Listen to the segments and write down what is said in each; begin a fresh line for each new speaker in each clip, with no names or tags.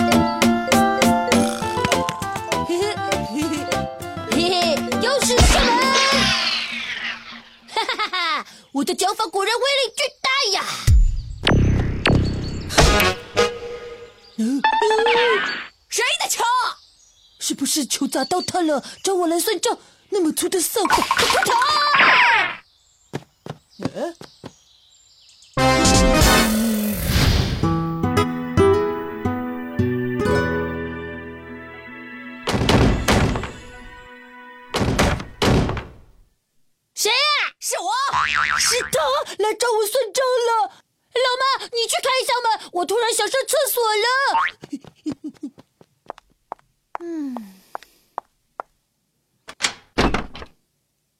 我的脚法果然威力巨大呀！
嗯，
谁的球？
是不是球砸到他了？找我来算账！那么粗的扫把，
不啊投！
哎，
谁啊？是我。
是他来找我算账了。
老妈，你去开一下门，我突然想上厕所了。嗯，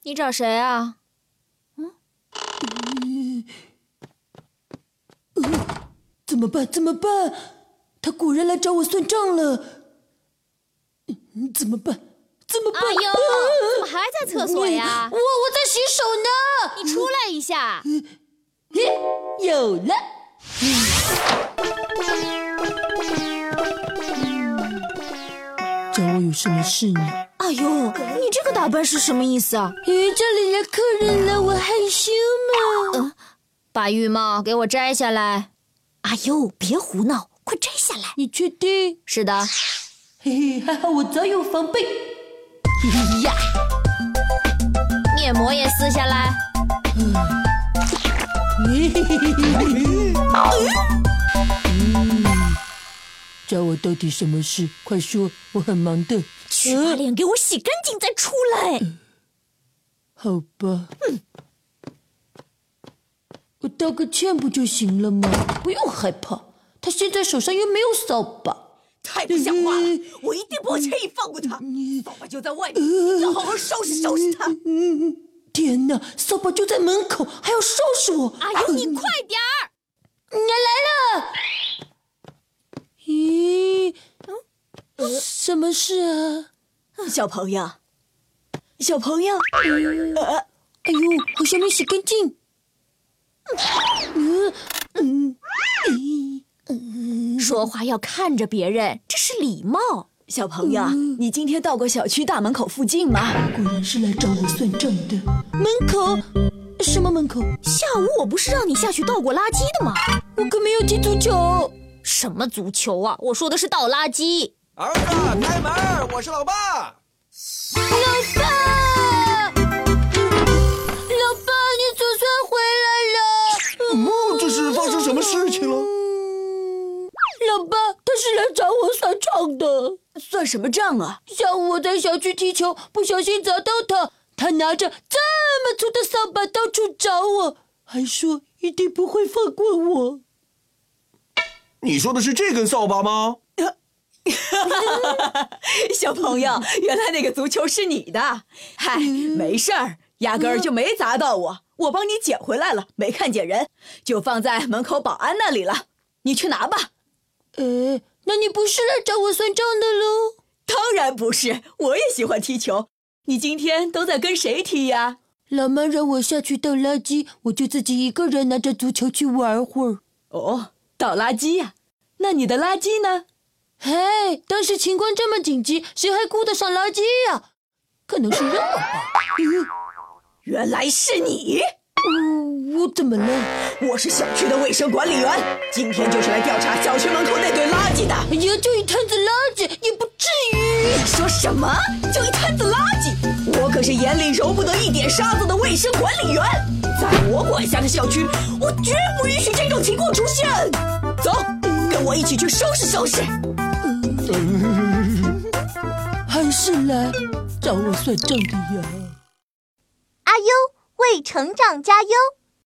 你找谁啊？
怎么办？怎么办？他果然来找我算账了。嗯怎么办？怎么办？啊
哎呦，怎么还在厕所呀
我？我在洗手呢。嗯
你出来一下。
有了，找我有什么事呢？
哎呦，你这个打扮是什么意思啊？
咦，这里来客人了，我害羞嘛。
呃把浴帽给我摘下来。
哎呦，别胡闹，快摘下来！
你确定？
是的，
嘿嘿，还好我早有防备。嘿嘿呀，
面膜也撕下来。
嘿嘿嘿嘿嘿嗯找我到底什么事？快说，我很忙的。
去把脸给我洗干净再出来。
好吧，我道个歉不就行了吗？不用害怕，他现在手上又没有扫把。
太不像话了！我一定不会轻易放过他。扫把就在外面，要好好收拾收拾他。
天哪，扫把就在门口，还要收拾我！
哎呦，你快点儿！
咦，哦什么事啊？
小朋友，小朋友，
哎呦，好像没洗干净。 嗯
说话要看着别人，这是礼貌。
小朋友，你今天到过小区大门口附近吗？
果然是来找我算账的。门口，什么门口？
下午我不是让你下去倒过垃圾的吗？
我可没有踢足球。
什么足球啊！我说的是倒垃圾。
儿子，开门！我是老爸。
老爸，你总算回来了。
嗯，这是发生什么事情了？
老爸，他是来找我算账的。
算什么账啊？
下午我在小区踢球，不小心砸到他，他拿着这么粗的扫把到处找我，还说一定不会放过我。
你说的是这根扫把吗？
小朋友，原来那个足球是你的。嗨，没事儿，压根儿就没砸到我，我帮你捡回来了，没看见人，就放在门口保安那里了。你去拿吧。
哎，那你不是来找我算账的喽？
当然不是，我也喜欢踢球。你今天都在跟谁踢呀？
老妈让我下去倒垃圾，我就自己一个人拿着足球去玩会儿。
哦，倒垃圾呀、那你的垃圾呢？
嘿，当时情况这么紧急，谁还顾得上垃圾呀、可能是让我吧。
原来是你！
嗯，我怎么了？
我是小区的卫生管理员，今天就是来调查小区门口那堆垃圾的。
哎呀，就一摊子垃圾，也不至于。
你说什么？就一摊子垃圾！我可是眼里揉不得一点沙子的卫生管理员，在我管辖的小区，我绝不允许这种情况出现。走，跟我一起去收拾收拾。
还是来找我算账的呀。
阿优为成长加油。